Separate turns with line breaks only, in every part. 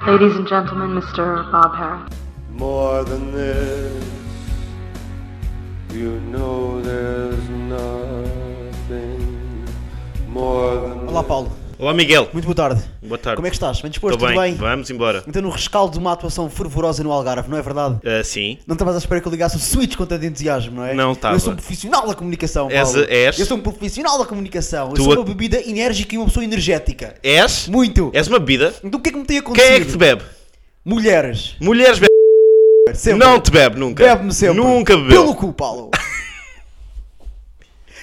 Ladies and gentlemen, Mr. Bob Harris.
More than this, you know there's nothing more than
Olá Paulo,
Olá Miguel,
muito boa tarde.
boa tarde.
Como é que estás? Bem disposto?
Estou
Tudo
bem.
bem?
vamos embora.
Então no rescaldo de uma atuação fervorosa no Algarve, não é verdade?
Ah, sim,
Não estavas à espera que eu ligasse o switch com tanto entusiasmo, não é?
Não estava.
Eu sou um profissional da comunicação, Paulo.
És- és?
Eu sou um profissional da comunicação. Eu
Tu é
sou
a-
uma bebida enérgica e uma pessoa energética.
és?
Muito.
És uma bebida?
Então o que é que me tem acontecido?
Quem é que te bebe?
Mulheres.
Mulheres bebe.
Sempre.
Não te bebe nunca.
Bebe-me sempre.
Nunca bebeu.
Pelo cu, Paulo.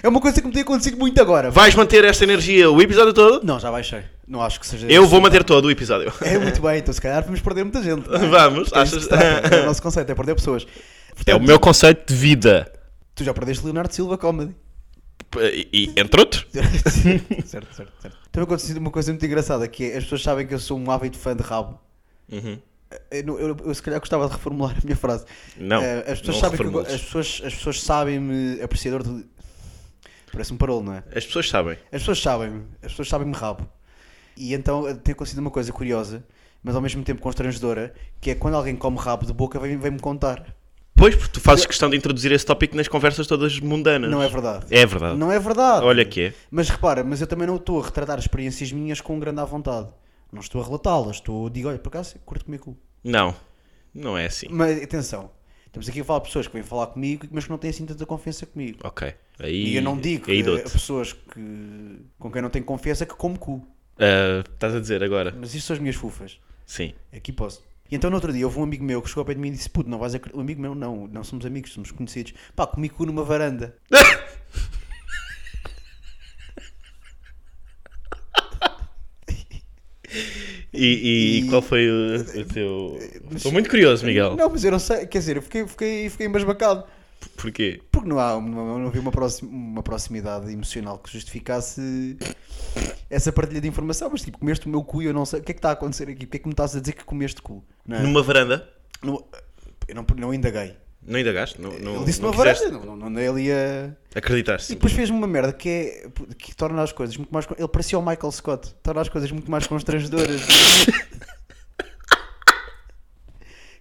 é uma coisa que me tem acontecido muito agora.
Vais manter esta energia o episódio todo?
Não, já baixei. Não acho que seja...
Eu vou manter todo o episódio.
É muito bem, então se calhar vamos perder muita gente. não é?
Vamos,
É isso que
achas?
se trata, é o nosso conceito, é perder pessoas.
É o
Portanto,
meu conceito de vida.
Tu já perdeste Leonardo Silva Comedy.
E, e- entre outros.
certo, certo, certo. Também aconteceu uma coisa muito engraçada, que é, as pessoas sabem que eu sou um ávido fã de rabo.
Uhum.
Eu, não- eu- eu se calhar gostava de reformular a minha frase.
Não,
Eh, as, pessoas
não
sabem que eu go- as
reformules.
pessoas As pessoas sabem-me apreciador de... Parece um parolo, não é?
As pessoas sabem.
As pessoas sabem-me, as pessoas sabem-me rabo. E então eh, tem acontecido uma coisa curiosa, mas ao mesmo tempo constrangedora, que é quando alguém come rabo de boca, vem- vem-me contar.
Pois, porque tu fazes questão de introduzir esse tópico nas conversas todas mundanas.
Não é verdade.
É verdade.
Não é verdade.
Olha que é.
Mas repara, mas eu também não estou a retratar experiências minhas com grande à vontade. Não estou a relatá-las, estou digo, olha, por acaso, curto comigo cu.
Não. Não é assim.
Mas atenção, estamos aqui a falar de pessoas que vêm falar comigo, mas que não têm assim tanta confiança comigo.
Ok. Aí,
E, eu não digo
Ah, Aí
que
dou-te.
a pessoas que, com quem não tenho confiança que como cu.
Ah, estás a dizer agora?
Mas isto são as minhas fufas.
Sim.
Aqui posso. E então no outro dia houve um amigo meu que chegou ao pé de mim e disse: Puto, não vais acreditar. Um amigo meu, não, não somos amigos, somos conhecidos. Pá, comi cu numa varanda.
E, e- e qual foi o, o teu. Estou muito curioso, Miguel.
Não, mas eu não sei, quer dizer, eu fiquei, fiquei, fiquei embasbacado.
Porquê?
Porque não, há, não, não havia uma, proxim- uma proximidade emocional que justificasse essa partilha de informação. Mas tipo, comeste o meu cu e eu não sei. O que é que está a acontecer aqui? Porquê é que me estás a dizer que comeste cu? Não é?
Numa varanda?
Não- eu não, não indaguei.
Não indagaste? Não, não,
Ele disse
não
numa varanda,
quiseste
não, não andei ali a.
Acreditaste.
E depois fez-me uma merda que, é, que torna as coisas muito mais. con- Ele parecia o Michael Scott, torna as coisas muito mais constrangedoras.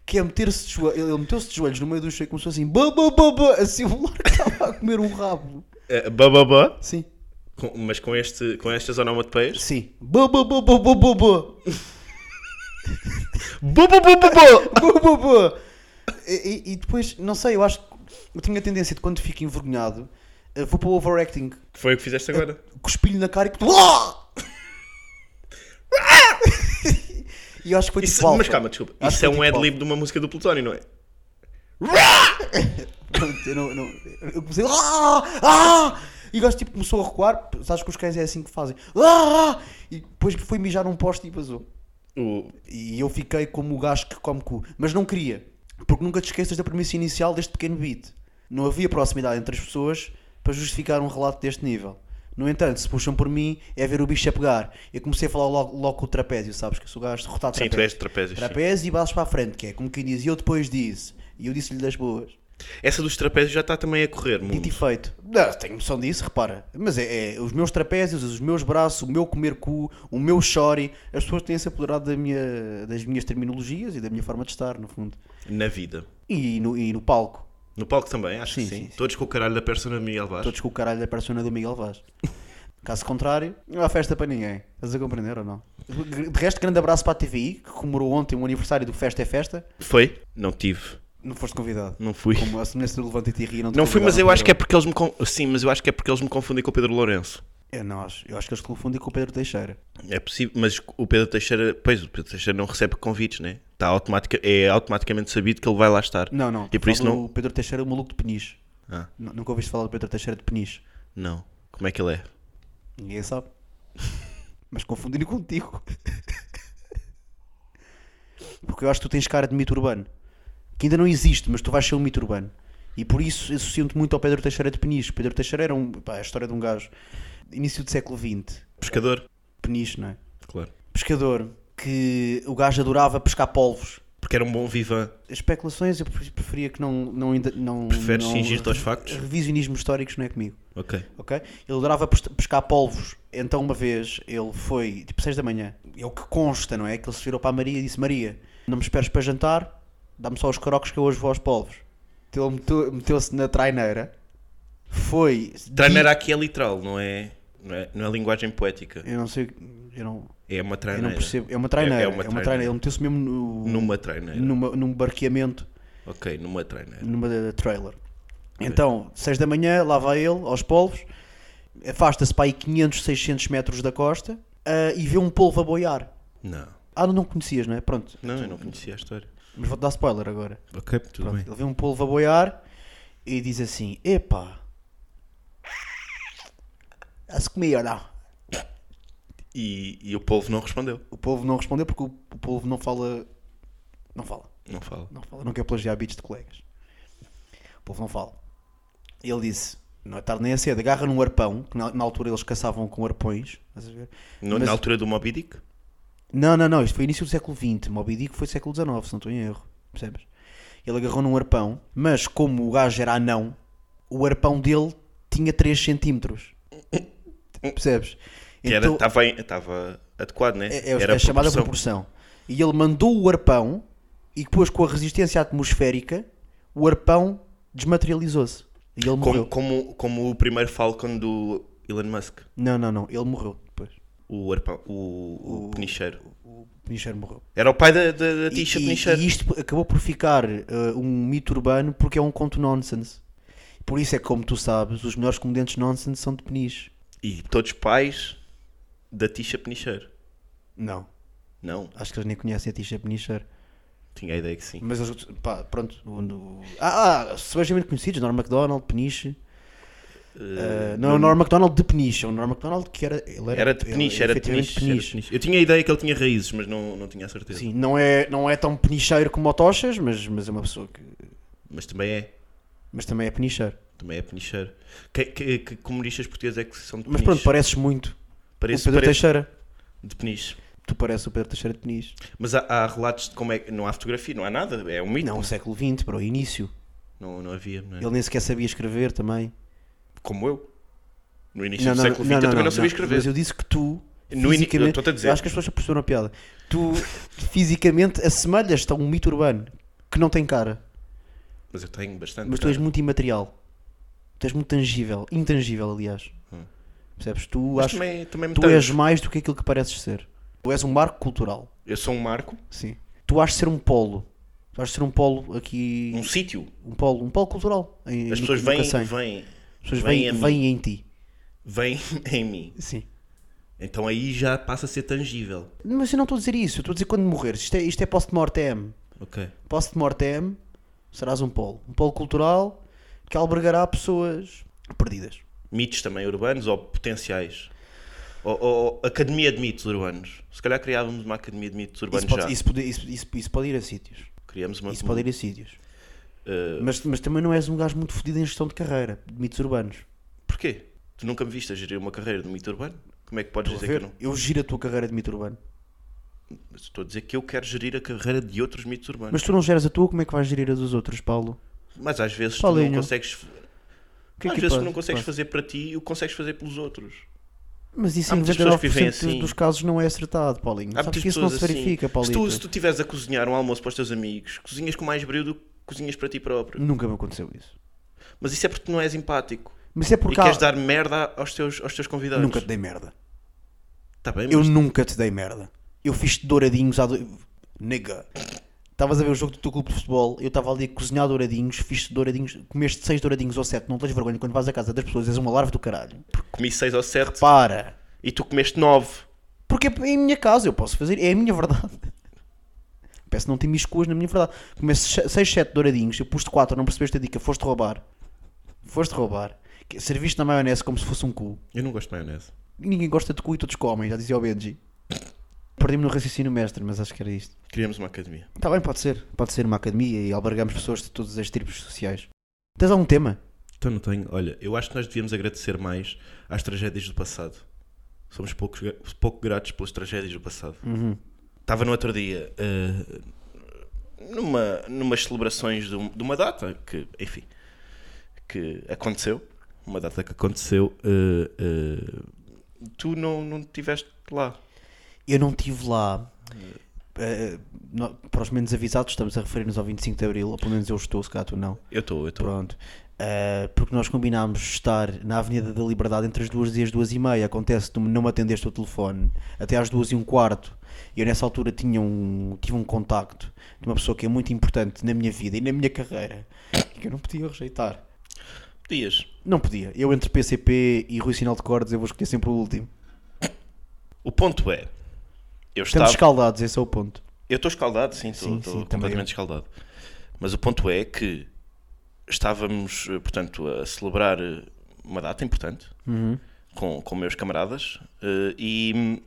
que é meter-se de joelhos. Ele meteu-se de joelhos no meio do chão e começou assim, bá, bá, bá, bá, a simular que assim, estava a comer um rabo.
Eh, bababá,
Sim.
com- mas com, este, com estas onomatopeias?
Sim. Bo, bo, bo, bo, bo, bo, bo.
Bababababá!
Bo, bo, bo. E, e- e depois, não sei, eu acho que eu tenho a tendência de quando fico envergonhado, eh, vou para o overacting,
Que Foi tipo o que fizeste agora.
cuspilho na cara e. Uá! e eu acho que foi tipo
Isso-
Alfa.
mas calma, desculpa.
Acho
Isso
que
é
foi
um
tipo
ad-lib de uma música do Plutónio, não é?
Pronto, eu, não, não- eu comecei. Ah, ah! E o gajo tipo, começou a recuar. Sabes que os cães é assim que fazem. Ah! E depois foi mijar num poste e vazou.
O-
E eu fiquei como o gajo que come cu. Mas não queria. Porque nunca te esqueças da premissa inicial deste pequeno beat. Não havia proximidade entre as pessoas para justificar um relato deste nível. No entanto, se puxam por mim, é ver o bicho a pegar. Eu comecei a falar logo, logo com o trapézio, sabes? Que eu sou o gajo derrotado
Sim, tu és de trapézios. sim.
Trapézio e balas para a frente, que é como quem diz. E eu depois disse. E eu disse-lhe das boas.
Essa dos trapézios já está também a correr, mundo.
Dito e feito. Hum. Não, tenho noção disso, repara. Mas é, é os meus trapézios, os meus braços, o meu comer cu, o meu chore. As pessoas têm-se apoderado da minha, das minhas terminologias e da minha forma de estar, no fundo.
Na vida.
E no, e no palco.
No palco também, acho
Sim,
que sim.
sim, sim.
Todos com o caralho da persona de Miguel Vaz.
Todos com o caralho da persona do Miguel Vaz. Caso contrário, não há festa para ninguém. Estás a compreender ou não? De resto, grande abraço para a TVI, que comemorou ontem o aniversário do Festa é Festa.
Foi? Não tive.
Não foste convidado.
Não fui.
Como a semelhança do Levante e Tirri, não te
Não fui, mas
convidaram
eu acho que
para
é porque eles me con- Sim, mas eu acho que é porque eles me confundem com o Pedro Lourenço.
ir. É nós. Eu acho que eles confundem com o Pedro Teixeira.
É possível, mas o Pedro Teixeira, pois o Pedro Teixeira não recebe convites, né? Tá automatica, é automaticamente sabido que ele vai lá estar.
Não, não.
E por isso
Falo
não.
do Pedro Teixeira, o maluco de Peniche.
Ah.
N- Nunca ouviste falar do Pedro Teixeira de Peniche.
Não. Como é que ele é?
Ninguém sabe. Mas confundindo contigo. Porque eu acho que tu tens cara de mito urbano. Que ainda não existe, mas tu vais ser um mito urbano. E por isso associo-te muito ao Pedro Teixeira de Peniche. Pedro Teixeira era um, pá, é a história de um gajo. Início do século XX.
Pescador?
Peniche, não é?
Claro.
Pescador. Que o gajo adorava pescar polvos.
Porque era um bom vivan.
especulações eu pre- preferia que não não ainda- não
Preferes
não-
fingir-te aos factos?
revisionismos históricos não é comigo
Ok.
ok? Ele adorava pes- pescar polvos. Então, uma vez, ele foi, tipo, 6 da manhã. É o que consta, não é? Que ele se virou para a Maria e disse: Maria, não me esperes para jantar, dá-me só os carocos que eu hoje vou aos polvos. Então, ele meteu- meteu-se na traineira. Foi.
Traineira aqui é literal, não é, não é, não é linguagem poética.
Eu não sei. Eu não,
É uma
eu
traineira.
não percebo. É uma traineira. É,
É- é uma
uma, traineira.
traineira.
Ele meteu-se mesmo no,
Numa traineira.
numa- num barqueamento.
Ok, numa traineira.
numa da- da trailer. Então, 6 da manhã, lá vai ele, aos polvos, afasta-se para aí 500, 600 metros da costa ah, e vê um polvo a boiar.
Não.
Ah, não, não conhecias, não é? Pronto,
Não, eu não conhecia a história.
mas vou-te dar spoiler agora.
Ok, tudo
Pronto,
bem.
ele vê um polvo a boiar e diz assim: Epá, a-se comer ou não?
E, e o povo não respondeu.
O polvo não respondeu porque o, o polvo não fala. Não fala.
Não fala.
Não fala, não quer plagiar beats de colegas. O povo não fala. E Ele disse, não é tarde nem é cedo, agarra num arpão, que na, na altura eles caçavam com arpões. estás a ver?
No-
Mas-
Na altura do Moby Dick?
Não, não, não, isto foi início do século XX, Moby Dick foi século XIX, se não estou em erro, percebes? Ele agarrou num arpão, mas como o gajo era anão, o arpão dele tinha 3 centímetros. Percebes? Então,
Que era- Estava estava adequado, né?
É, é,
Era
é chamada
proporção.
proporção. E ele mandou o arpão e depois com a resistência atmosférica o arpão desmaterializou-se. E ele morreu.
Como, como, como o primeiro Falcon do Elon Musk.
Não, não, não. Ele morreu depois.
O, arpão, o, o penicheiro.
O Pincher morreu.
Era o pai da, da, da
E,
Tisha
e-
Penicheiro.
e isto acabou por ficar eh, um mito urbano porque é um conto nonsense. Por isso é que, como tu sabes, os melhores comediantes nonsense são de peniche.
E todos pais da Tisha Penicheiro.
Não.
Não,
Acho que eles nem conhecem a Tisha Penicher.
tinha a ideia que sim.
Mas eles, pá, pronto. o- o- Ah, ah, sebejamente conhecidos. Norm MacDonald, peniche. Uh, não, é o Norm MacDonald de Peniche, é o Norm MacDonald que era. Ele
Eh, Era de
ele
Peniche, era de
efetivamente
Peniche. era de Peniche. Eu tinha a ideia que ele tinha raízes, mas não, não tinha a certeza.
Sim, não é, não é tão penicheiro como o Tochas, mas, mas é uma pessoa que.
Mas também é.
Mas também é penicheiro.
Também é penicheiro. Que, que, que comunistas portugueses é que são de
Mas
peniche?
pronto, pareces muito
parece,
o Pedro
parece
Teixeira.
de peniche.
Tu pareces o Pedro Teixeira de Peniche.
Mas há, há relatos de como é que... Não há fotografia, não há nada. É um mito.
Não, o século XX, para o início.
Não, não havia. Não é?
Ele nem sequer sabia escrever também.
Como eu. No início do século XX eu também não, sabia escrever.
Mas eu disse que tu.
No ini- eu
fisicamente-
estou-te a dizer.
eu acho que as pessoas perceberam a piada. Tu fisicamente assemelhas-te a um mito urbano que não tem cara.
Mas eu tenho bastante.
Mas tu és
cara.
muito imaterial. Tu és muito tangível. Intangível, aliás. Percebes? Tu,
Hum. Mas
acho,
também, é também me
tu
tanto.
és mais do que aquilo que pareces ser. Tu és um marco cultural.
Eu sou um marco,
Sim. Tu achas ser um polo. Tu achas ser um polo aqui.
um sítio.
Um polo. Um polo cultural. Em,
As
no-
pessoas
no
vêm,
Cacém.
vêm,
As pessoas
vêm
vêm,
a mim.
vêm em ti.
vêm em mim.
Sim.
Então aí já passa a ser tangível.
Mas eu não estou a dizer isso. Eu estou a dizer quando morreres. Isto é, isto é post-mortem.
Ok.
Post-mortem serás um polo. Um polo cultural que albergará pessoas perdidas.
Mitos também urbanos ou potenciais? Ou, ou- ou academia de mitos urbanos? Se calhar criávamos uma academia de mitos urbanos
Isso pode,
já.
isso pode- isso- isso- isso pode ir a sítios.
Criamos uma.
Isso pode ir a sítios.
Eh,
Mas, mas também não és um gajo muito fodido em gestão de carreira, de mitos urbanos.
Porquê? Tu nunca me viste a gerir uma carreira de mito urbano? Como é que podes
Estás a
dizer
ver?
que eu não?
Eu giro a tua carreira de mito urbano.
Mas Estou a dizer que eu quero gerir a carreira de outros mitos
Mas
urbanos.
tu não geras a tua, como é que vais gerir a dos outros, Paulo?
Mas, às vezes tu
Paulinho,
não consegues.
O que é
às
que
vezes tu
passa?
não consegues
Passa.
fazer para ti o que consegues fazer pelos outros.
Mas isso
Há
em
muitas pessoas
99%
que vivem assim.
dos, dos casos não é acertado, Paulinho.
Há
Sabes
muitas
que isso não se
pessoas
verifica,
assim. Se
Paulinho.
tu, se tu tiveres a cozinhar um almoço para os teus amigos, cozinhas com mais brilho do que cozinhas para ti próprio.
Nunca me aconteceu isso.
Mas isso é porque tu não és empático.
Mas é
e
porque há-
queres dar merda aos teus, aos teus convidados.
nunca te dei merda.
Tá bem,
Eu
mas
nunca te dei merda. Eu fiz-te douradinhos à do... Nigga. Estavas a ver o jogo do teu clube de futebol, eu estava ali a cozinhar douradinhos, fiz-te douradinhos, comeste seis douradinhos ou sete, não tens vergonha quando vais à casa das pessoas, és uma larva do caralho.
comi 6 ou 7
Para!
e tu comeste 9.
Porque é em minha casa, eu posso fazer, é a minha verdade. Peço que não te miscuas na minha verdade. Comece 6, 7 douradinhos, eu pus-te 4, não percebeste a dica, foste roubar. Foste roubar. Que- Serviste na maionese como se fosse um cu.
Eu não gosto de maionese.
Ninguém gosta de cu e todos comem, já dizia o Benji. Perdi-me no raciocínio mestre, mas acho que era isto.
Criamos uma academia.
Está bem, pode ser. Pode ser uma academia e albergamos pessoas de todas as tribos sociais. Tens algum tema?
Então não tenho. Olha, eu acho que nós devíamos agradecer mais às tragédias do passado. Somos poucos, gra- pouco gratos pelas tragédias do passado. Estava no outro dia eh, numa, numas celebrações de, um- de uma data que, enfim, que aconteceu. uma data que aconteceu, eh, eh, tu não, não estiveste lá.
Eu não estive lá. eh, no- para os menos avisados, estamos a referir-nos ao 25 de Abril, ou pelo menos eu estou, se calhar tu não.
Eu estou, eu estou.
Pronto. Eh, porque nós combinámos estar na Avenida da Liberdade entre as duas e as duas e meia. Acontece que tu não me atendeste o telefone até às duas e um quarto. E eu nessa altura tinha um, tive um contacto de uma pessoa que é muito importante na minha vida e na minha carreira que eu não podia rejeitar.
Dias,
Não podia. Eu entre PCP e Rui Sinal de Cordes eu vou escolher sempre o último.
o ponto é, eu
Estamos
estava...
escaldados, esse é o ponto.
Eu estou escaldado, sim, estou
Sim,
estou
sim, também eu.
completamente escaldado. Mas o ponto é que estávamos, eh, portanto, a celebrar eh, uma data importante
Uhum.
com, com meus camaradas eh, e,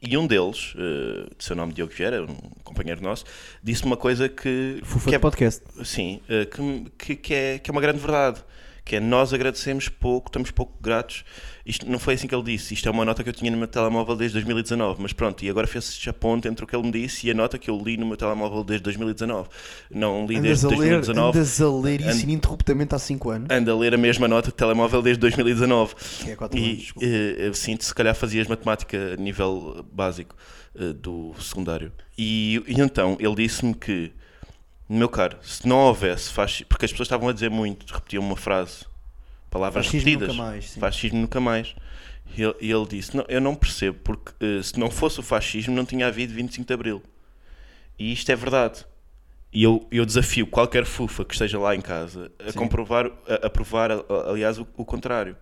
e um deles, eh, de seu nome Diogo Vieira, um companheiro nosso, disse uma coisa que,
Fufa
que
de
é,
podcast.
sim, eh, que, que, que é, que é uma grande verdade. Que é nós agradecemos pouco, estamos pouco gratos. Isto não foi assim que ele disse. Isto é uma nota que eu tinha no meu telemóvel desde 2019. Mas pronto, e agora fez-se a ponte entre o que ele me disse e a nota que eu li no meu telemóvel desde 2019. Não li
Andas
desde
a ler,
2019.
andas a ler
And-
isso ininterruptamente há 5 anos.
Ando a ler a mesma nota de telemóvel desde 2019.
Que é quatro anos,
E
desculpa.
eh, eu sinto, se calhar fazias matemática a nível básico eh, do secundário. E, e então ele disse-me que, meu caro, se não houvesse fascismo, porque as pessoas estavam a dizer muito, repetiam uma frase, palavras
Fascismo
repetidas,
nunca mais, sim.
fascismo nunca mais. E ele, e ele disse: não, Eu não percebo, porque eh, se não fosse o fascismo, não tinha havido 25 de Abril. E isto é verdade. E eu, eu desafio qualquer fufa que esteja lá em casa a comprovar, a, a provar, a- a- aliás, o, o contrário.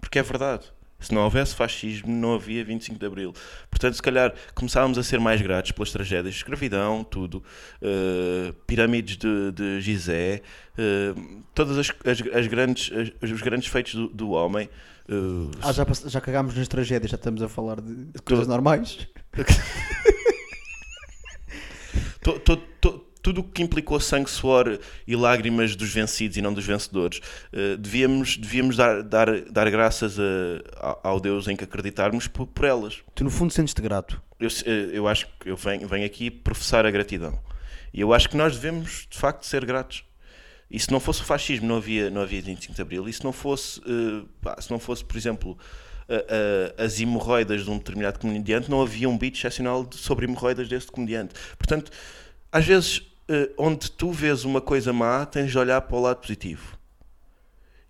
Porque é verdade. Se não houvesse fascismo, não havia 25 de Abril. Portanto, se calhar começávamos a ser mais gratos pelas tragédias, escravidão, tudo, eh, pirâmides de, de Gizé, eh, todas as, as, as grandes, as- os grandes feitos do, do homem. eh,
Ah, já, pass- já cagámos nas tragédias, já estamos a falar de de coisas normais.
To- to- to- tudo o que implicou sangue, suor e lágrimas dos vencidos e não dos vencedores. Eh, devíamos devíamos dar, dar, dar graças a- a- ao Deus em que acreditarmos por, por elas.
Tu no fundo sentes-te grato.
Eu, se- eh, eu acho que eu venho, venho aqui professar a gratidão. E eu acho que nós devemos, de facto, ser gratos. E se não fosse o fascismo, não havia, não havia 25 de Abril. E se não fosse, eh, pá, se não fosse por exemplo, a- a- as hemorroidas de um determinado comediante, não havia um beat excepcional de- sobre hemorroidas desse comediante. Portanto, às vezes, eh, onde tu vês uma coisa má, tens de olhar para o lado positivo.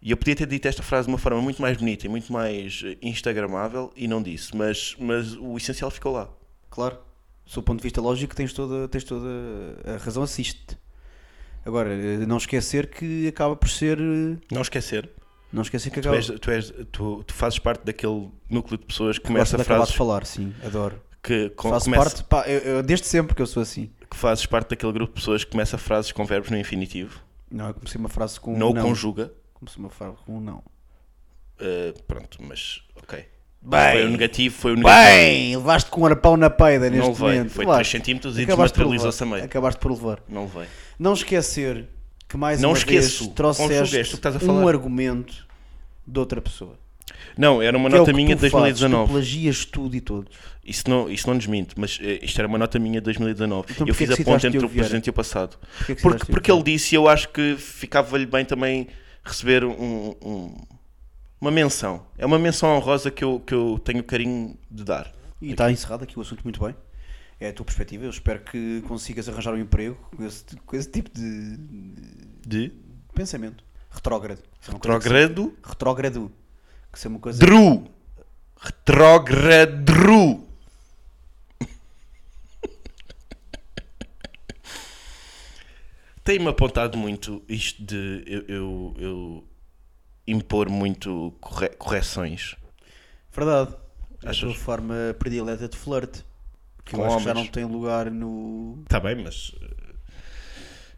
E eu podia ter dito esta frase de uma forma muito mais bonita e muito mais eh, instagramável e não disse, mas, mas o essencial ficou lá.
Claro. Do seu ponto de vista lógico, tens toda, tens toda a razão, assiste. Agora, eh, não esquecer que acaba por ser. eh,
Não esquecer,
Não esquecer que
tu,
acaba
és, tu, és, tu, tu fazes parte daquele núcleo de pessoas que
gosto
começa
de acabar
frases
de falar, sim, adoro.
que com-
Faço
começa-
parte, pá, eu- eu- desde sempre que eu sou assim.
que fazes parte daquele grupo de pessoas que começa frases com verbos no infinitivo,
Não, eu comecei uma frase com um
não, o
não.
conjuga.
Comecei uma frase com um não.
Eh, pronto, mas ok.
Bem.
foi o negativo, foi o negativo.
Bem, levaste com um arpão na peida neste
não levei,
momento.
foi
Claro.
3 centímetros e
Acabaste por levar.
desmaterializou-se a meio.
Acabaste por levar.
Não levei.
Não esquecer que mais
Não
uma
esqueço.
vez
Conjuguei isto
trouxeste
que estás a falar.
um argumento de outra pessoa.
Não, era uma
Que é o
nota
que
minha
tu
de
Fazes,
2019.
tu plagias tudo e todos.
Isso não, isso não desminto, mas eh, isto era uma nota minha de 2019.
Então
eu
porquê
fiz
que
a
citaste
ponte entre
Diogo
o
Vieira?
presente e o passado.
Porquê que
porque
citaste
porque
Diogo
ele disse e eu acho que ficava-lhe bem também receber um- um- uma menção. É uma menção honrosa que eu, que eu tenho carinho de dar.
E está encerrado aqui o assunto muito bem. É a tua perspectiva. Eu espero que consigas arranjar um emprego com esse, com esse tipo de
De
pensamento. Retrógrado. Isso é uma coisa que se-
retrógrado
Retrógrado. Que isso é uma coisa.
Dru. Retrógrado. Tem-me apontado muito isto de eu, eu- eu impor muito corre- correções.
Verdade. A
Achas?
tua forma predileta de flerte. Que eu
Com
acho que já
homens.
não tem lugar no.
Está bem, mas eh,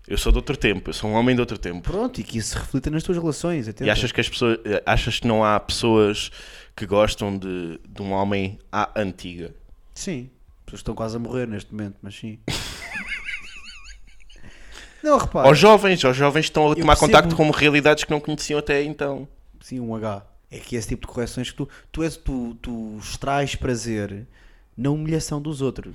eu sou de outro tempo, eu sou um homem de outro tempo.
Pronto, e que isso se reflita nas tuas relações. Atenta.
E achas que as pessoas eh, achas que não há pessoas que gostam de, de um homem à antiga?
Sim. Pessoas estão quase a morrer neste momento, mas sim. não, repara.
Aos jovens, aos jovens que estão a tomar
percebo.
contacto com realidades que não conheciam até então.
Sim, um H. É que esse tipo de correções que tu, tu, és, tu, tu extrais prazer na humilhação dos outros.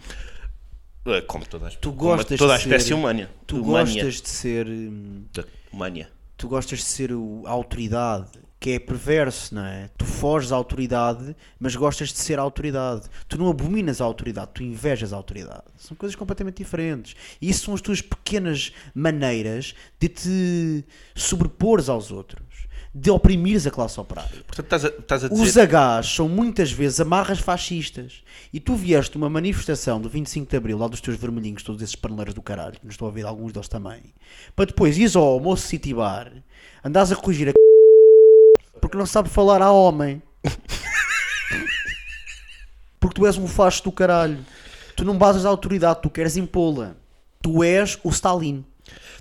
É, Como toda a,
Tu
como a-
gostas
toda a
de ser-
espécie humana.
Tu
humana.
gostas de ser. hum,
De- humana.
Tu gostas de ser o, a autoridade. que é perverso, não é? Tu foges à autoridade, mas gostas de ser a autoridade. Tu não abominas a autoridade, tu invejas a autoridade. São coisas completamente diferentes. E isso são as tuas pequenas maneiras de te sobrepores aos outros, de oprimires a classe operária.
Portanto, estás a, estás a
Os
dizer.
H's são muitas vezes amarras fascistas. E tu vieste de uma manifestação do 25 de Abril, lá dos teus vermelhinhos, todos esses paneleiros do caralho, que nos estou a ouvir alguns deles também, para depois ires ao almoço City Bar, andares a corrigir a c... porque não sabe falar a homem. porque tu és um facho do caralho. Tu não basas a autoridade, tu queres impô-la. Tu és o Stalin.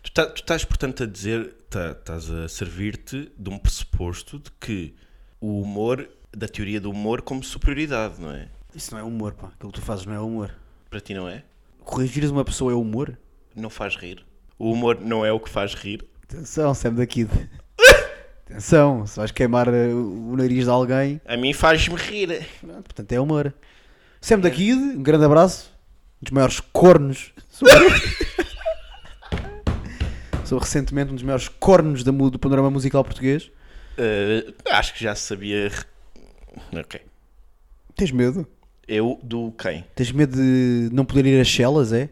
Tu, tá- tu estás, portanto, a dizer. tá- Estás a servir-te de um pressuposto de que o humor. da teoria do humor como superioridade, não é?
Isso não é humor, pá. Aquilo que tu fazes não é humor.
Para ti não é?
Corrigires uma pessoa é humor?
Não faz rir. O humor não é o que faz rir.
Atenção, Sam da Kid. Atenção, se vais queimar uh, o nariz de alguém,
A mim faz-me rir.
pronto, portanto é humor. Sam
É.
da Kid, um grande abraço. Um dos maiores cornos. Sou, Sou recentemente um dos maiores cornos da, mu- do panorama musical português.
Eh, acho que já sabia. Ok.
Tens medo?
Eu do quem?
Tens medo de não poder ir às celas, é?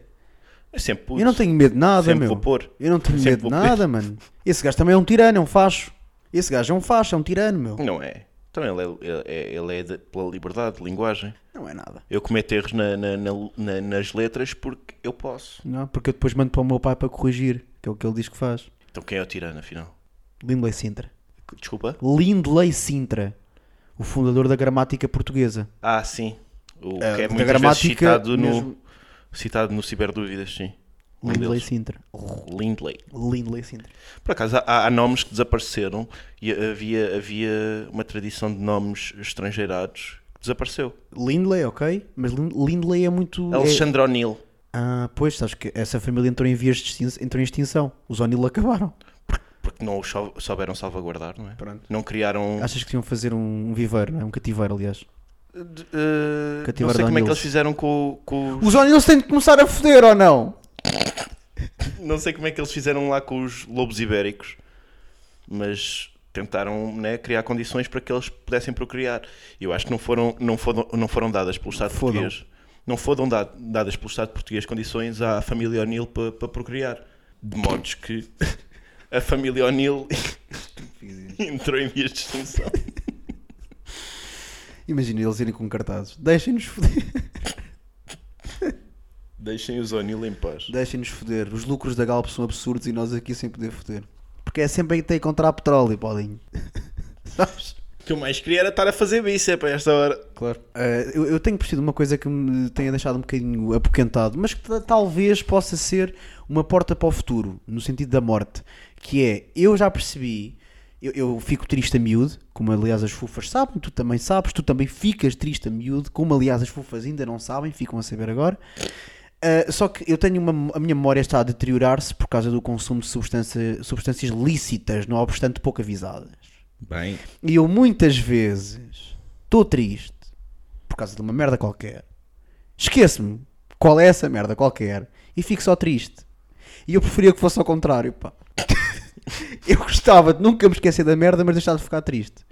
Eu sempre pus.
Eu não tenho medo de nada,
Sempre
meu.
vou pôr.
Eu não tenho
Sempre
medo de
vou pedir.
nada, mano. Esse gajo também é um tirano, é um facho. Esse gajo é um facho, é um tirano, meu.
Não é. Então ele é, ele é, ele é de- pela liberdade de linguagem.
Não é nada.
Eu cometo erros na- na- na- na- nas letras porque eu posso.
Não, porque eu depois mando para o meu pai para corrigir, que é o que ele diz que faz.
Então quem é o tirano, afinal?
Lindley Sintra.
Desculpa?
Lindley Sintra, o fundador da gramática portuguesa.
Ah, sim. O que
da
é muitas vezes
gramática
citado no,
mesmo.
citado no Ciberdúvidas, sim. Um
Lindley
deles.
Sintra.
Lindley.
Lindley Sintra.
Por acaso, há, há nomes que desapareceram e havia, havia uma tradição de nomes estrangeirados que desapareceu.
Lindley, ok? Mas Lin- Lindley é muito. é-
Alexandre O'Neill.
Ah, pois, sabes que essa família entrou em vias de extin- entrou em extinção. Os O'Neill acabaram.
Porque não os sou- souberam salvaguardar, não é? Não criaram.
Achas que tinham fazer um, um viveiro, não é? Um cativeiro, aliás.
de- eh, não
Cativar
sei como é que
Daniels.
eles fizeram com, o- com os.
Os O'Neills têm de começar a foder ou não?
Não sei como é que eles fizeram lá com os lobos ibéricos, mas tentaram né, criar condições para que eles pudessem procriar. E Eu acho que não foram, não foram, não foram dadas pelo Estado
Fodam.
português. Não foram da- dadas pelo Estado português condições à família O'Neill para, para procriar. De modos que a família O'Neill entrou em vias de extinção.
Imagina eles irem com cartazes. Deixem-nos foder.
Deixem os O'Neill em paz.
Deixem-nos foder. Os lucros da Galp são absurdos e nós aqui sem poder foder. Porque é sempre aí que tem que comprar petróleo, Paulinho. Sabes?
O que eu mais queria era estar a fazer bíceps a esta hora.
Claro. Eh, eu, eu tenho percebido uma coisa que me tenha deixado um bocadinho apoquentado, mas que ta- talvez possa ser uma porta para o futuro, no sentido da morte, que é, eu já percebi, eu, eu fico triste a miúdo, como aliás as fufas sabem, tu também sabes, tu também ficas triste a miúdo, como aliás as fufas ainda não sabem, ficam a saber agora. Uh, só que eu tenho uma, a minha memória está a deteriorar-se por causa do consumo de substância- substâncias lícitas, não obstante pouco avisadas.
Bem,
E eu muitas vezes estou triste por causa de uma merda qualquer. Esqueço-me qual é essa merda qualquer e fico só triste. E eu preferia que fosse ao contrário, pá. eu gostava de nunca me esquecer da merda, mas deixar de ficar triste.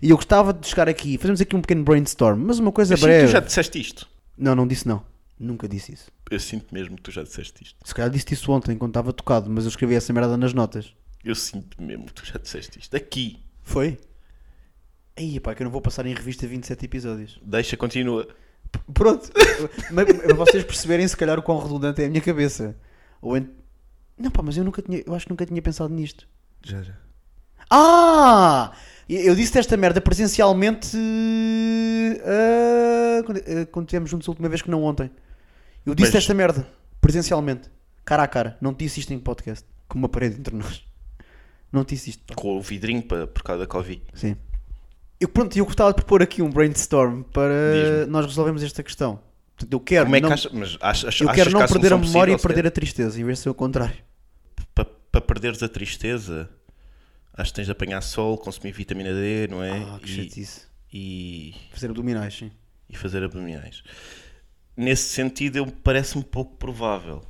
E eu gostava de chegar aqui, fazemos aqui um pequeno brainstorm, mas uma coisa
eu sinto que
breve.
tu já disseste isto.
Não, não disse não. Nunca disse isso.
Eu sinto mesmo que tu já disseste isto.
Se calhar disse isso ontem quando estava tocado, mas eu escrevi essa merda nas notas.
Eu sinto mesmo que tu já disseste isto. Aqui.
Foi? Aí, pá, que eu não vou passar em revista 27 episódios.
Deixa, continua.
Pronto. mas, mas vocês perceberem se calhar o quão redundante é a minha cabeça. Ou ent- Não, pá, mas eu nunca tinha. Eu acho que nunca tinha pensado nisto.
Já, já.
Ah! E- Eu disse esta merda presencialmente eh, quando, eh, quando estivemos juntos a última vez que não ontem. Eu disse
Mas-
esta merda presencialmente, cara a cara. Não te disse isto em podcast, com uma parede entre nós. Não te disse isto. pá.
Com o vidrinho para, por causa da Covid.
Sim. Eu, pronto, eu gostava de propor aqui um brainstorm para
Diz-me.
nós resolvermos esta questão. Portanto, eu quero.
Como é que
não-
achas? Mas achas, achas
Eu quero
que
não
há
perder a
solução
memória e
possível,
perder a tristeza, em vez de ser o contrário.
sequer? Pa- Para, perderes a tristeza, acho que tens de apanhar sol, consumir vitamina D, não é?
Ah, que
e,
chatice.
e,
Fazer abdominais, sim.
e fazer abdominais. Nesse sentido, eu- parece-me pouco provável.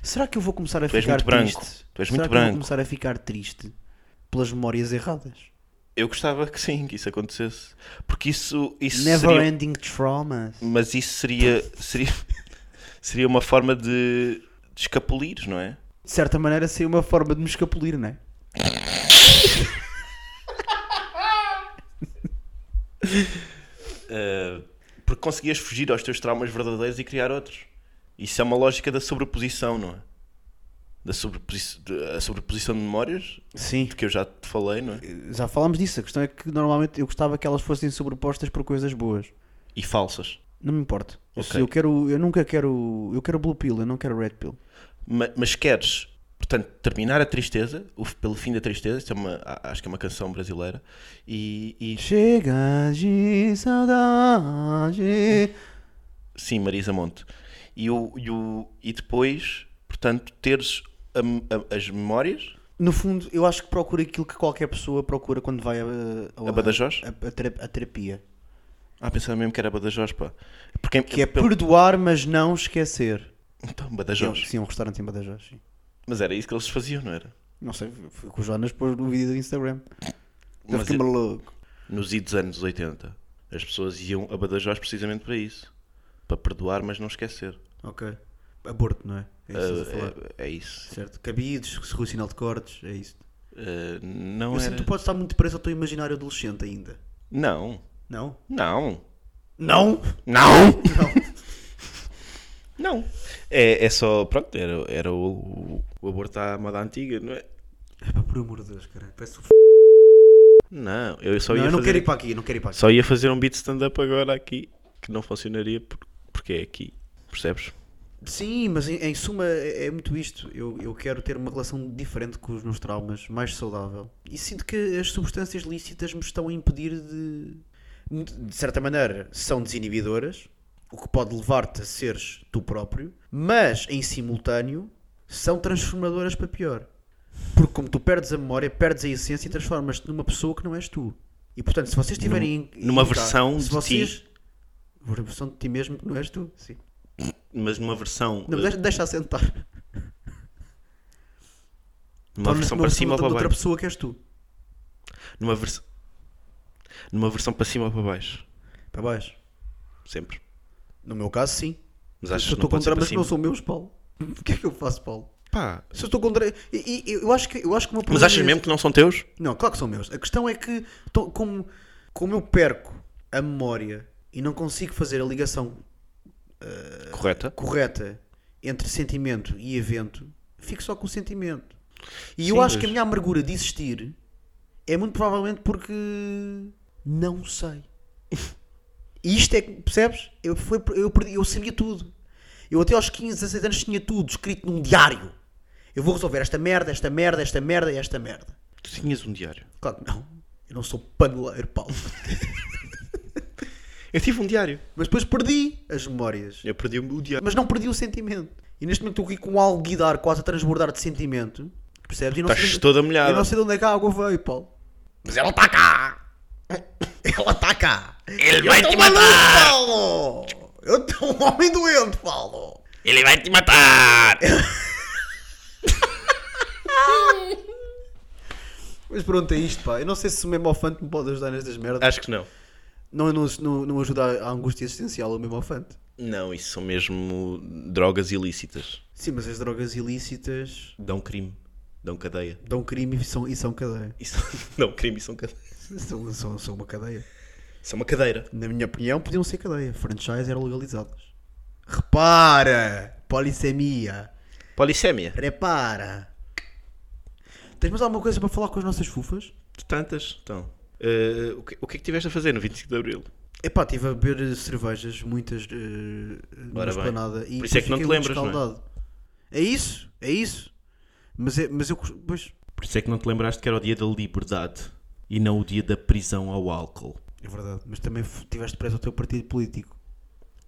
Será que eu vou começar a
Tu és
ficar
muito branco.
triste?
Tu és
Será
muito
que eu vou
branco.
começar a ficar triste pelas memórias erradas?
Eu gostava que sim, que isso acontecesse. Porque isso, isso
Never
seria...
ending traumas.
Mas isso seria, seria, seria uma forma de, de escapulir, não é?
De certa maneira, seria uma forma de me escapulir, não é?
Uh, porque conseguias fugir aos teus traumas verdadeiros e criar outros. Isso é uma lógica da sobreposição, não é? Da sobreposi de- a sobreposição de memórias,
Sim.
de que eu já te falei, não é?
Eh, Já falámos disso. A questão é que normalmente eu gostava que elas fossem sobrepostas por coisas boas.
E falsas.
Não me importa. Eu,
Ok.
se eu quero, eu nunca quero, eu quero blue pill, eu não quero red pill.
Ma- mas queres, portanto, terminar a tristeza, o, f- pelo fim da tristeza, isto é uma, a- acho que é uma canção brasileira, e, e-
Chega de saudade.
sim, Marisa Monte. E, o, e, o, e depois, portanto, teres a mem- a- as memórias,
No fundo, eu acho que procura aquilo que qualquer pessoa procura quando vai a, ao-
A Badajoz?
A, a tera- a terapia.
ah, pensava mesmo que era Badajoz, pá. Porque,
Que é perdoar, mas não esquecer.
Então,
Que é um-
Badajoz.
Sim, é um restaurante em Badajoz. sim.
Mas era isso que eles faziam, não era?
Não sei, foi o que o Jonas pôs no vídeo do Instagram. Eu
Mas
fiquei maluco.
Nos idos anos 80, as pessoas iam a Badajoz precisamente para isso. Para perdoar, mas não esquecer.
Ok. Aborto, não é? É isso que estás a falar.
Ah, é, é isso.
Certo. Cabidos, rua sinal de cortes, é isso.
Ah, não
Eu
era...
sinto que tu podes estar muito preso ao teu imaginário adolescente ainda.
Não.
Não?
Não.
Não!
Não!
Não!
Não. É, é só... Pronto, era, era o, o, o aborto à moda antiga, não é?
Epá, por amor de Deus, caralho. Parece um f...
Não, eu só
Não,
ia
eu não
fazer...
quero ir para aqui, eu não quero ir para aqui.
Só ia fazer um beat stand-up agora aqui, que não funcionaria por- porque é aqui. Percebes?
Sim, mas em, em suma é é muito isto. Eu, eu quero ter uma relação diferente com os meus traumas, mais saudável. E sinto que as substâncias lícitas me estão a impedir de. De certa maneira, são desinibidoras, o que pode levar-te a seres tu próprio, mas em simultâneo são transformadoras para pior. Porque como tu perdes a memória, perdes a essência e transformas-te numa pessoa que não és tu. E portanto, se vocês tiverem. em-
Numa
em-
versão
se
de ti.
vocês- Uma versão de ti mesmo que não és tu, sim.
Mas numa versão...
Não, deixa, deixa assentar.
Numa versão para cima ou para
Então, outra
baixo?
pessoa que és tu.
Numa versão. Numa versão para cima ou para baixo.
Para baixo.
Sempre.
No meu caso, sim.
Mas
Se
acho
eu
que não
estou
pode ser
contra,
para
mas
cima.
não são meus, Paulo. O que é que eu faço, Paulo?
Pá,
Se eu estou contra. e- e- eu, acho que, eu acho que o meu
mas
problema
achas
é
mesmo que não são teus?
esse. Não, claro que são meus. A questão é que, tô- como, como eu perco a memória e não consigo fazer a ligação
Correta.
correta entre sentimento e evento, fico só com o sentimento. E
Sim,
eu acho
mas-
que a minha amargura de existir é muito provavelmente porque não sei. E isto é que, percebes? Eu, foi, eu, perdi, eu sabia tudo. Eu até aos 15, 16 anos tinha tudo escrito num diário. Eu vou resolver esta merda, esta merda, esta merda e esta merda.
Tu tinhas um diário.
Claro que não. Eu não sou paneleiro, Paulo.
Eu tive um diário.
Mas depois perdi as memórias.
Eu perdi o diário.
mas não perdi o sentimento. E neste momento estou aqui com algo guidar, quase a transbordar de sentimento. Percebes? E não
Estás
sei,
toda molhada.
Eu não sei de onde é que a água veio, Paulo. Mas ela
tá
está cá! Ela está cá! Ele vai te matar! Paulo! Eu estou um homem doente, Paulo!
Ele vai te matar!
Mas pronto, é isto, pá. Eu não sei se o memofante me pode ajudar nestas merdas.
Acho que não.
Não, não, não, não ajuda a angústia existencial o memofante.
Não, isso são mesmo drogas ilícitas.
Sim, mas as drogas ilícitas
Dão crime. Dão cadeia.
dão crime e são, e são cadeia.
Isso... Dão crime e são cadeia.
São, são, são uma cadeia.
São uma cadeira.
na minha opinião, podiam ser cadeia. Franchise eram legalizadas. Repara! Polissemia.
Polissémia.
Repara! Tens mais alguma coisa para falar com as nossas fufas?
De tantas. Então. eh, o, que, o que é que tiveste a fazer no 25 de Abril?
Epá, estive a beber eh, cervejas, muitas, eh, numa
Ora bem.
esplanada. E
Por isso é
depois
que não te
fiquei muito
lembras, não é?
escaldado. é? isso, é isso. Mas, é, mas eu... cus- Pois,
Por isso é que não te lembraste que era o dia da liberdade e não o dia da prisão ao álcool.
é verdade. Mas também f- tiveste preso ao teu partido político.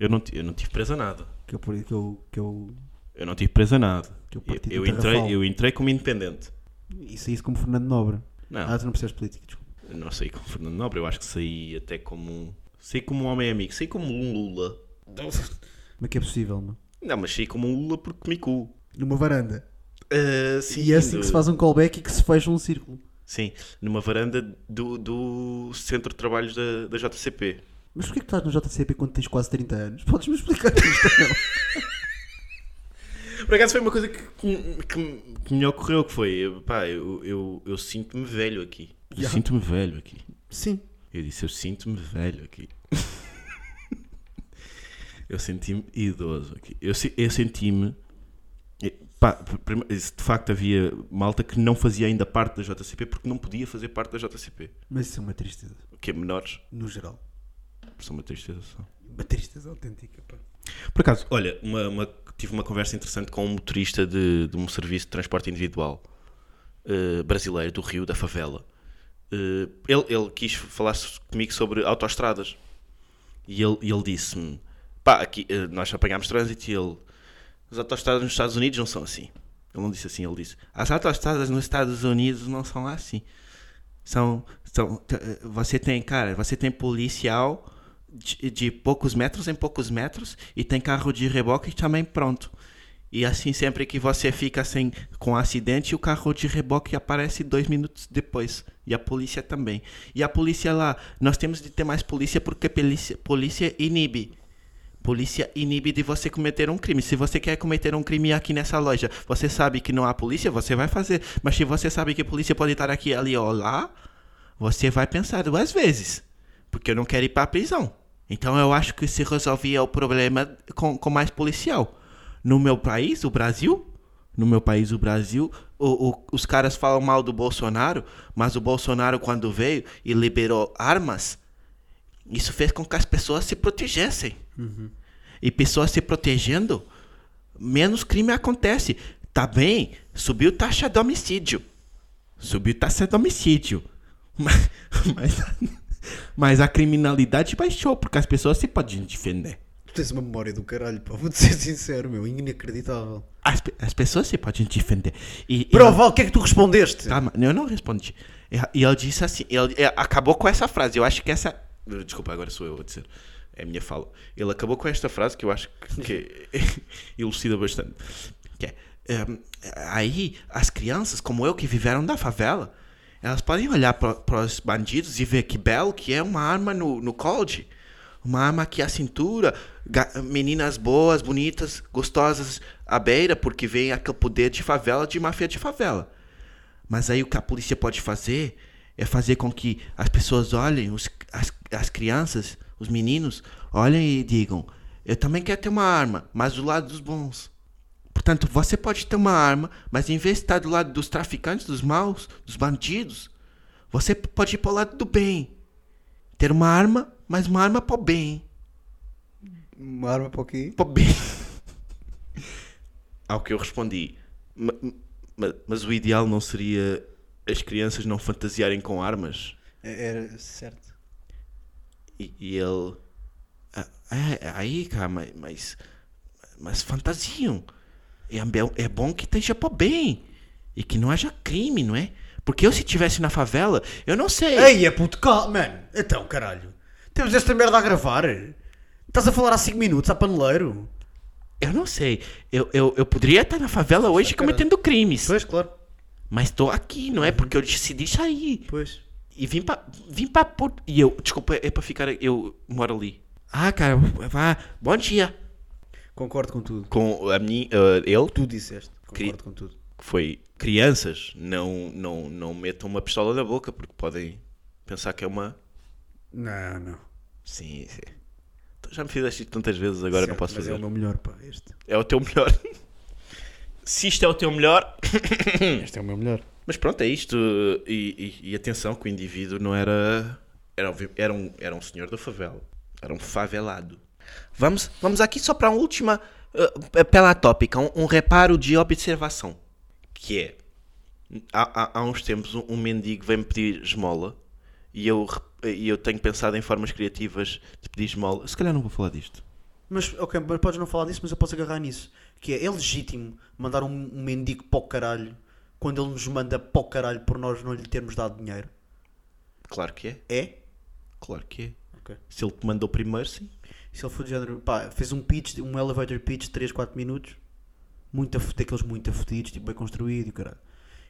Eu não, ti- eu não tive preso a nada.
Que eu... Que eu, que é eu
Eu não tive preso a nada.
Teu
Eu,
é partido
eu
do
entrei,
Tarrafal.
eu entrei como independente.
isso é isso como Fernando Nobre.
Não.
Ah, tu não percebes política, desculpa.
Eu Não saí como Fernando Nobre, eu acho que saí até como um. Saí como um homem amigo, saí como um Lula.
Como é que é possível, mano?
Não, mas saí como um Lula porque me cu.
Numa varanda.
Ah, sim,
E é assim que se
do-
faz um callback e que se fecha um círculo.
Sim, numa varanda do, do Centro de Trabalhos da, da JCP.
Mas porquê que tu estás no JCP quando tens quase 30 anos? Podes-me explicar isto? não?
Por acaso foi uma coisa que, que, que- que me ocorreu, que foi, eu- pá, eu, eu, eu sinto-me velho aqui. Eu
Yeah.
sinto-me velho aqui.
Sim.
Eu disse, eu sinto-me velho aqui. eu senti-me idoso aqui. Eu, se- eu senti-me. eh, pá, prime- De facto, havia malta que não fazia ainda parte da JCP porque não podia fazer parte da JCP.
Mas isso é uma tristeza,
O que é menores,
no geral.
são uma tristeza só.
Uma tristeza autêntica, pá.
Por acaso, olha, uma- uma- tive uma conversa interessante com um motorista de, de um serviço de transporte individual eh, brasileiro do Rio, da favela. Eh, ele, ele quis falar so- comigo sobre autoestradas e ele, e ele disse-me: pá, aqui, eh, nós apanhámos trânsito e ele, as autoestradas nos Estados Unidos não são assim. Ele não disse assim, ele disse: as autoestradas nos Estados Unidos não são assim. São, são, t- eh, você tem, cara, você tem policial de, de poucos metros em poucos metros e tem carro de reboque também pronto. E assim, sempre que você fica sem, com um acidente, o carro de reboque aparece dois minutos depois. E a polícia também. E a polícia lá, nós temos de ter mais polícia porque polícia, polícia inibe. Polícia inibe de você cometer um crime. Se você quer cometer um crime aqui nessa loja, você sabe que não há polícia, você vai fazer. Mas se você sabe que a polícia pode estar aqui, ali ou lá, você vai pensar duas vezes. Porque eu não quero ir para a prisão. Então eu acho que se resolvia o problema com, com mais policial. No meu país, o Brasil, no meu país, o Brasil, o- o- os caras falam mal do Bolsonaro, mas o Bolsonaro, quando veio e liberou armas, isso fez com que as pessoas se protegessem. E pessoas se protegendo, menos crime acontece. Tá bem, subiu taxa de homicídio. Subiu taxa de homicídio. Mas, mas, mas a criminalidade baixou, porque as pessoas se podem defender.
Tu tens uma memória do caralho, pá. Vou-te ser sincero, meu. Inacreditável.
As, pe- as pessoas se podem defender. E, e-
Proval, o que é que tu respondeste?
Calma, Tá, eu não respondi. E e ele disse assim, ele, é, acabou com essa frase. Eu acho que essa. Desculpa, agora sou eu a dizer. É a minha fala. Ele acabou com esta frase que eu acho que, que elucida bastante. Que é, ehm, aí, as crianças, como eu, que viveram da favela, elas podem olhar para os bandidos e ver que belo que é uma arma no, no colde. Uma arma aqui à cintura, ga- meninas boas, bonitas, gostosas à beira, porque vem aquele poder de favela, de máfia de favela. Mas aí o que a polícia pode fazer é fazer com que as pessoas olhem, os- as, as crianças, os meninos, olhem e digam: Eu também quero ter uma arma, mas do lado dos bons. Portanto, você pode ter uma arma, mas em vez de estar do lado dos traficantes, dos maus, dos bandidos, você p- pode ir para o lado do bem. Ter uma arma, mas uma arma para o bem.
Uma arma para o quê?
Para o bem. Ao que eu respondi: "Ma- ma- mas o ideal não seria as crianças não fantasiarem com armas?
É, Era certo.
E, e ele. "Ah, é, aí, cara, mas. Mas, mas fantasiam. É, ambe- é bom que esteja por bem. E que não haja crime, não é? Porque eu, se estivesse na favela, eu não sei.
Ei, é puto, calma, mano. Então, caralho. Temos esta merda a gravar. Estás a falar há 5 minutos, a paneleiro.
Eu não sei. Eu, eu, eu poderia estar na favela hoje cometendo crimes.
Pois, claro.
Mas estou aqui, não é? Porque eu decidi sair.
Pois.
E vim pra, vim pra Porto. E eu, desculpa, é pra ficar. Eu moro ali. Ah, cara, vá. Bom dia.
Concordo com tudo.
Com a minha. ah, ele,
Tu disseste. Concordo
Queria-
com tudo.
que foi crianças não, não, não metam uma pistola na boca porque podem pensar que é uma.
Não, não.
Sim, sim. Tu Já me fizeste isto tantas vezes, agora
Certo,
não posso
mas
fazer.
é o meu melhor, pá, este.
É o teu melhor. Se isto é o teu melhor.
Este é o meu melhor.
Mas pronto, é isto. E, e- e atenção que o indivíduo não era. Era, obvi- era, um, era um senhor da favela. Era um favelado. Vamos, vamos aqui só para a última. eh, pela tópica, um, um reparo de observação. Que é. Há, há, há uns tempos um, um mendigo vem me pedir esmola e eu, re- e eu tenho pensado em formas criativas de pedir esmola. Se calhar não vou falar disto.
Mas, ok, mas podes não falar disso, mas eu posso agarrar nisso. Que é, é legítimo mandar um, um mendigo para o caralho quando ele nos manda para o caralho por nós não lhe termos dado dinheiro.
Claro que é.
É?
Claro que é.
Ok.
Se ele te mandou primeiro, sim.
Se ele for de género, pá, fez um pitch, um elevator pitch de 3, 4 minutos, muito a, fu- daqueles muito a fudidos, tipo bem construído e o caralho.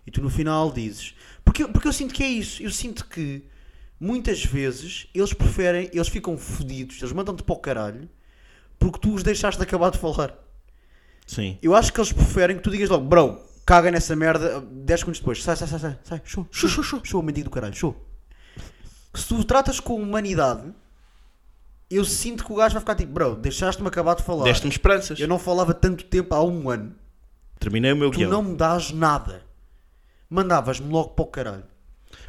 E tu no final dizes. Porque, eu- porque eu sinto que é isso. Eu sinto que muitas vezes eles preferem, eles ficam fodidos, eles mandam-te para o caralho porque tu os deixaste de acabar de falar.
Sim.
Eu acho que eles preferem que tu digas logo, bro, caga nessa merda 10 segundos depois. Sai, sai, sai, sai, sai. Show, show, show, show, show, mendigo do caralho, show. Se tu o tratas com humanidade, eu sinto que o gajo vai ficar tipo, bro, deixaste-me acabar de falar.
Deste-me esperanças.
Eu não falava tanto tempo há um ano.
Terminei o meu
Tu
guião.
não me dás nada. Mandavas-me logo para o caralho.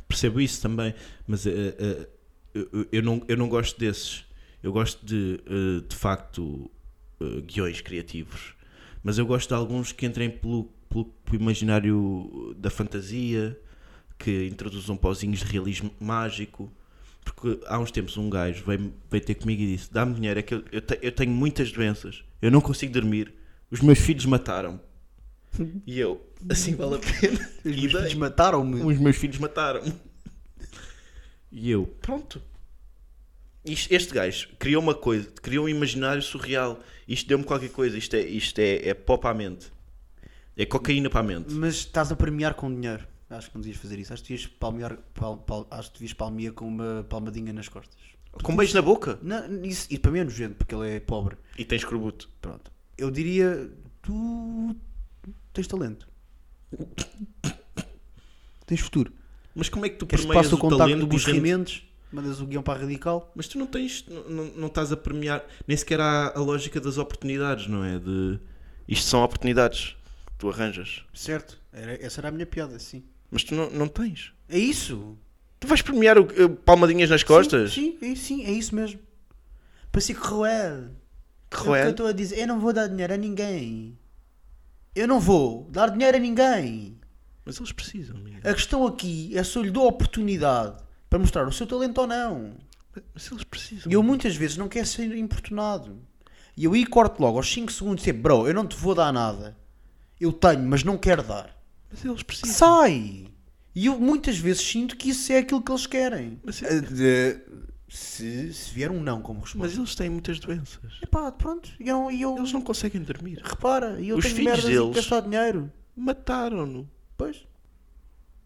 Percebo isso também, mas eh, eh, eu- eu, eu não, eu não gosto desses. Eu gosto de, eh, de facto, eh, guiões criativos. Mas eu gosto de alguns que entrem pelo, pelo, pelo imaginário da fantasia, que introduzam pozinhos de realismo mágico. Porque há uns tempos um gajo veio, veio ter comigo e disse: Dá-me dinheiro, é que eu, eu, te- eu tenho muitas doenças, eu não consigo dormir, os meus filhos mataram-me. E eu, assim vale a pena.
Os
E
meus
dei.
filhos mataram-me.
Os meus filhos mataram-me. E eu, pronto. Isto- este gajo criou uma coisa, criou um imaginário surreal. Isto deu-me qualquer coisa. Isto é, isto é, é pó para a mente. É cocaína para a mente.
Mas estás a premiar com dinheiro. Acho que não devias fazer isso. Acho que devias palmear, pal, pal- acho que devias palmear com uma palmadinha nas costas.
Com um beijo na boca.
Não, isso, e para mim é nojento, porque ele é pobre.
E tens corbuto.
Pronto. Eu diria, tu tens talento. Tens futuro.
Mas como é que tu
Queres que
permeias
passe
o
o contacto
talento
do
de
Bush
gente-
Mendes? Mandas o guião para a Radical?
Mas tu não tens, não, não- não estás a premiar, nem sequer há a lógica das oportunidades, não é? De... Isto são oportunidades que tu arranjas.
Certo. Era- essa era a minha piada, sim.
Mas tu não, não tens.
É isso.
Tu vais premiar o, eh, palmadinhas nas costas?
Sim, sim, é, sim, é isso mesmo. Para ser cruel.
Que
É o
roé.
que eu estou a dizer. Eu não vou dar dinheiro a ninguém. Eu não vou dar dinheiro a ninguém.
Mas eles precisam, amigo.
A questão aqui é se eu lhe dou a oportunidade para mostrar o seu talento ou não.
Mas eles
É.
precisam.
E eu muitas vezes não quero ser importunado. E eu aí corto logo aos 5 segundos e dizer, bro, eu não te vou dar nada. Eu tenho, mas não quero dar.
Mas eles precisam.
Sai! E eu muitas vezes sinto que isso é aquilo que eles querem.
Mas,
Eh, de- se, se vier um não como resposta.
mas eles têm muitas doenças.
Epá, pronto. E eu, e eu
Eles não conseguem dormir.
repara, e eu
Os
tenho
filhos
merdas
deles-
e gastar dinheiro.
Mataram-no.
Pois.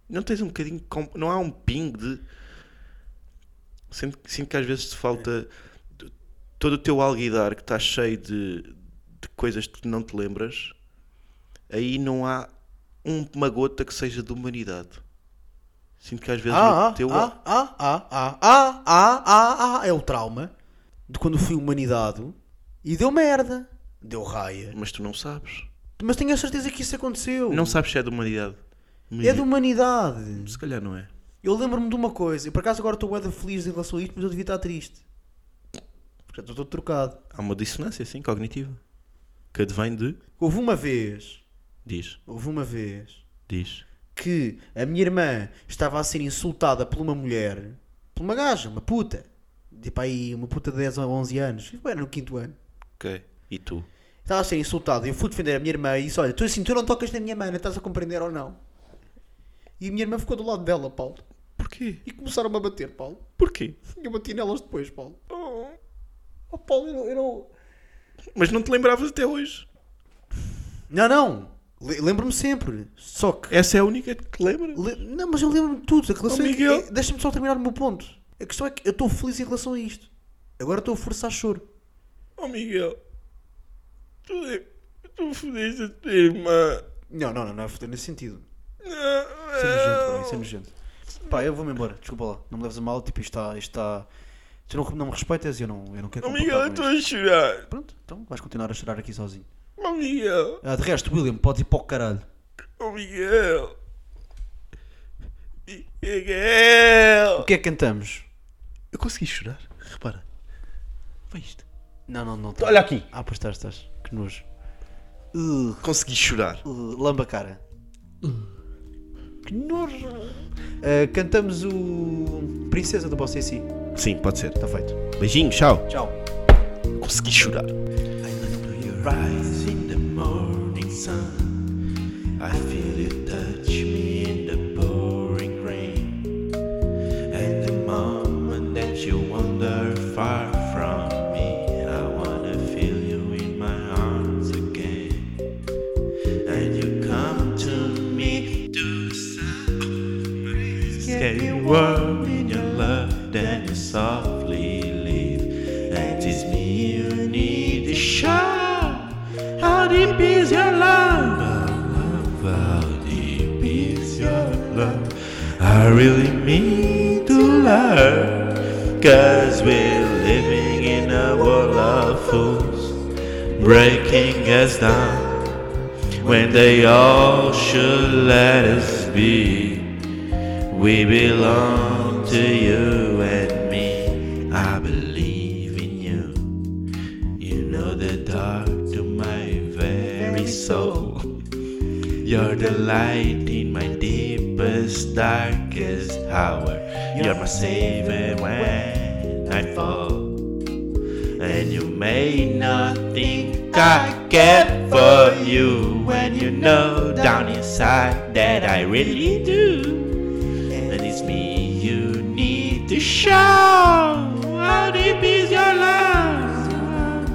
Não tens um bocadinho. de comp- Não há um ping de. Sinto, sinto que às vezes te falta t- todo o teu alguidar que está cheio de, de coisas que não te lembras. Aí não há um- uma gota que seja de humanidade. Sinto que às vezes
Ah,
o
ah,
teu.
ah, ah, ah, ah, ah, ah, ah, ah, é o trauma de quando fui humanidade e deu merda. Deu raia.
Mas tu não sabes.
Mas tenho a certeza que isso aconteceu.
Não sabes se é de humanidade.
Uh. É de humanidade.
Se calhar não é.
Eu lembro-me de uma coisa. Eu por acaso agora estou bué de feliz em relação a isto, mas eu devia estar triste. Porque eu estou todo trocado.
Há uma dissonância, sim, cognitiva. Que advém de.
Houve uma vez,
Diz,
houve uma vez,
diz.
que a minha irmã estava a ser insultada por uma mulher, por uma gaja, uma puta. Tipo aí, uma puta de 10 ou 11 anos. Eu era no quinto ano.
Ok. E tu?
Estava a ser insultado. Eu fui defender a minha irmã e disse: Olha, tu assim, tu não tocas na minha mana, estás a compreender ou não? E a minha irmã ficou do lado dela, Paulo.
Porquê?
E começaram-me a bater, Paulo.
Porquê?
Eu bati nelas depois, Paulo. Oh, Paulo, eu não, eu não.
Mas não te lembravas até hoje.
Não, não. Le- Lembro-me sempre. Só que.
Essa é a única que te lembra.
le- Não, mas eu lembro-me de tudo. A relação
Oh,
é que-
Miguel.
é- Deixa-me só terminar o meu ponto. A questão é que eu estou feliz em relação a isto. Agora estou a forçar choro.
Oh Miguel. Tu, é tu fodeste a tua irmã.
Não, não, não, não é foder nesse sentido. Isso é nojento, pá,
Não.
isso é nojento. Pá, eu vou-me embora, desculpa lá, não me leves a mal, tipo, isto está. Isto está... Tu não, não me respeitas e eu não, eu não quero
Oh Miguel, eu
comportar-me
estou
com
a chorar.
isto. Pronto, então vais continuar a chorar aqui sozinho.
Oh Miguel.
Ah, de resto, William, podes ir para o caralho.
Oh Miguel. Miguel.
O que é que cantamos?
Eu consegui chorar. Repara. Foi isto.
Não, não, não. tá.
Olha aqui.
Ah, pois estás, estás. Que nojo. Uh,
Consegui chorar.
uh, lamba cara. Uh, que nojo. Ah, cantamos o. Princesa do Bossa Si.
Sim, pode ser.
Está feito.
Beijinho, tchau.
Tchau.
Consegui chorar.
Your eyes in the morning sun. I feel you touch me in the pouring rain. And the moment that you wander far from me, I wanna feel you in my arms again. And you come to me to say.
get you warm in your love, then you softly leave. And it's me you need to show. How deep is your love? Oh, love, how deep is your love? I really mean to love. Cause we're living in a world of fools, breaking us down when they all should let us be. We belong to you and me. I believe in you. You know the dark to my very soul. You're the light in my deepest, darkest hour. You're my savior when I fall. And you may not think I care for you when you know down inside that I really do. And it's me you need to show how deep is your love.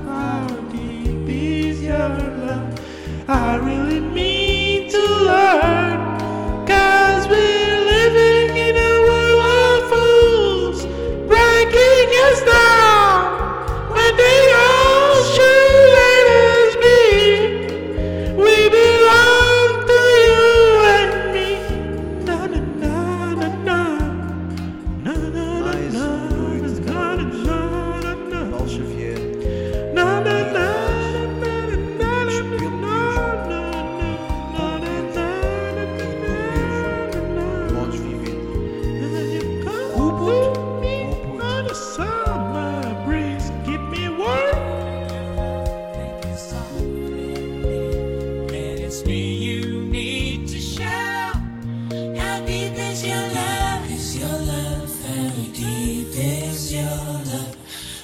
How deep is your love? I really mean to learn. Cause we're living in a world of fools, breaking us down. When they all should let us be, we belong to you and me. Na na na na na. Na na na na na na na na.
Paulo Xavier.
Na na na na na na na na na na na na na.
Montes Vivendo.
And it's me you need to show. How deep is your love? Is your love? How deep is your love?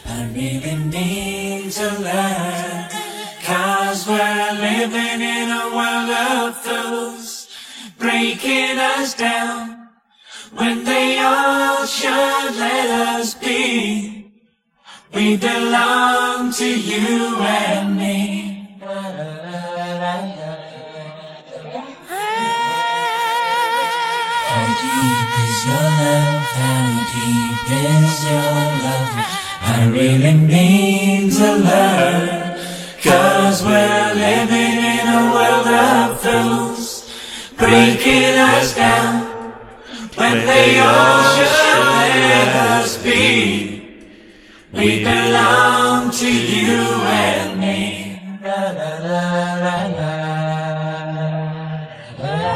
I really mean to love. Cause we're living in a world of fools, breaking us down. When they all should let us be, we belong to you and me. How deep is your love? How deep is your love? I really mean to love. Cause we're living in a world of fools, breaking us down. When they all should let us be, we belong to you and me. La, la, la, la, la, la.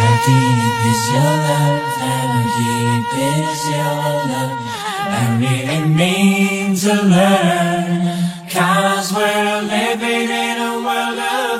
How deep is your love? How deep is your love? I really mean to learn. Cause we're living in a world of